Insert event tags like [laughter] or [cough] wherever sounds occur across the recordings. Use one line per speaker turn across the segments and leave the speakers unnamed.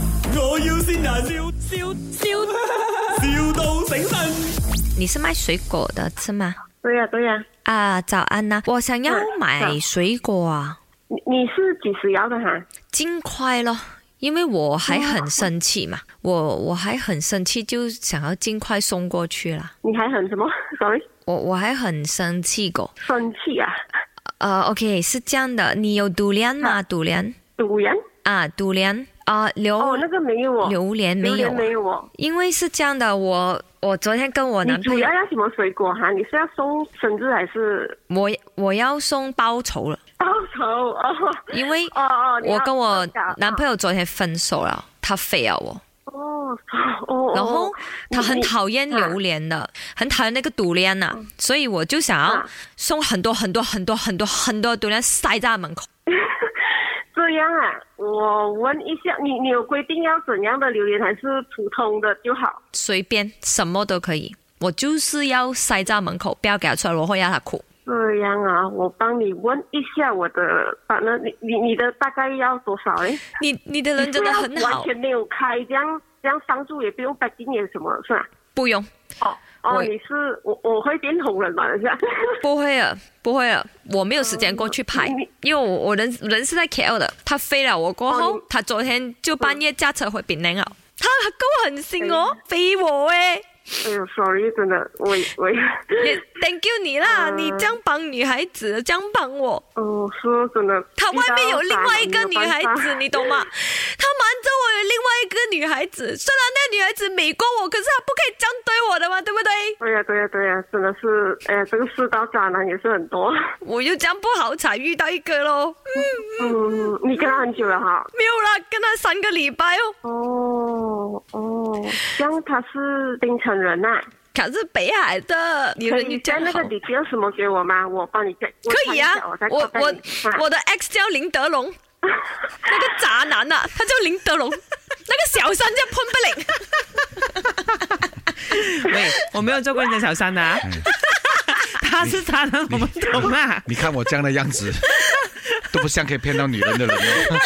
要先人，笑笑笑，,笑到醒神。 [laughs]
你是卖水果的是吗？
对呀、对呀、
啊，早安呐、我想
啊
要买水果啊，
你你是几时要的哈？
尽快咯，因为我还很生气嘛，我我还很生气，就想要尽快送过去啦。
你还很什么 [laughs] ？sorry，
我我还很生气过。
生气啊？ [laughs]
呃，OK，是这样的，你有独莲
啊
吗？独莲
赌人？
啊，独莲啊，榴、
哦，那个没有哦，
榴莲没有
榴莲
啊、
没有哦。
因为是这样的，我我昨天跟我
你
男
主
朋友
要，要什么水果哈？你是要送生日还是
我我要送包头了，
报仇？ [laughs] 哦
因为
哦哦，你要
我跟我男朋
友
友昨天分手了，他非要我，
哦哦哦，
然后他很
你嗯
讨厌榴莲的，很讨厌那个独莲呐，所以我就想要
啊
送很多很多很多很多很多独莲塞在他门口。
这样啊，我问一下，你你有规定要怎样的榴莲还是普通的就好？
随便什么都可以，我就是要塞在门口，不要给他出来，我会让他哭。
这样啊，我帮你问一下我的，反正你你你的大概要多少哎？
你你的人真的很
你不要
好
完，全没有开，这样这样商住也不用白金也什么是吧？
不用，
哦
我
哦，你是我我会变红人嘛？等一下，
不会啊，不会啊，我没有时间过去拍
嗯你，
因为我我人人是在 KL 的，他飞了我过后
哦你，
他昨天就半夜驾车回槟城了，他够狠心哦，飞我诶。
[laughs] 哎呦，sorry，真的，我我
也 thank you 你啦，
嗯
你这样帮女孩子，这样帮我。
哦，说真的，
他外面有另外一个女孩
遇到渣男没有办
子，
法
你懂吗？他瞒着我有另外一个女孩子，虽然那女孩子美过我，可是她不可以这样对我的嘛，对不对？
对呀、对呀、对呀、真的是，哎呀，这个世道渣男也是很多。
我就这样不好彩遇到一个咯，
嗯，你跟他很久了哈？
没有啦，跟他三个礼拜哦，
哦哦，这样他是槟城人呐、
可是北海的，你
可
人
以
就这
在
样
那
好
个。底标什么给我吗？我帮你再我
可以啊
看一下我再，
我
告
我
诉你啊
我的 ex 叫林德
[laughs]
龙，那个渣男呐、他叫林德龙，那个小三叫潘
[laughs]
不灵。
喂，我没有做过你的小三的、啊， [laughs] 他是渣男，我们懂啊。
你看我这样的样子，都不像可以骗到女人的人哦。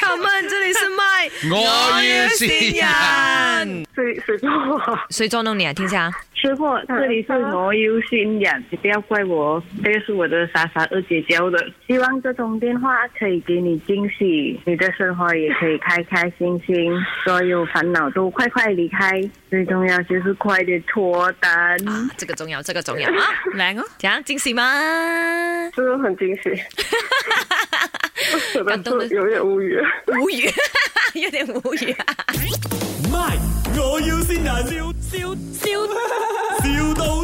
Come on，这里是麦，
我要新人。
谁谁叫我？
谁捉弄你啊？听一下啊，
师傅，这里是罗优新人，你不要怪我，这个是我的莎莎二姐教的。希望这通电话可以给你惊喜，你的生活也可以开开心心，所有烦恼都快快离开，最重要就是快点脱单。
啊这个重要，这个重要 [laughs] 啊！
来哦，
怎样惊喜吗？
[laughs] 真的很惊
[laughs]
喜，我
感动的
真的是有点无语。
无语， [laughs] 有点无语、啊。
[laughs] 卖，我要先人，笑笑笑，,笑到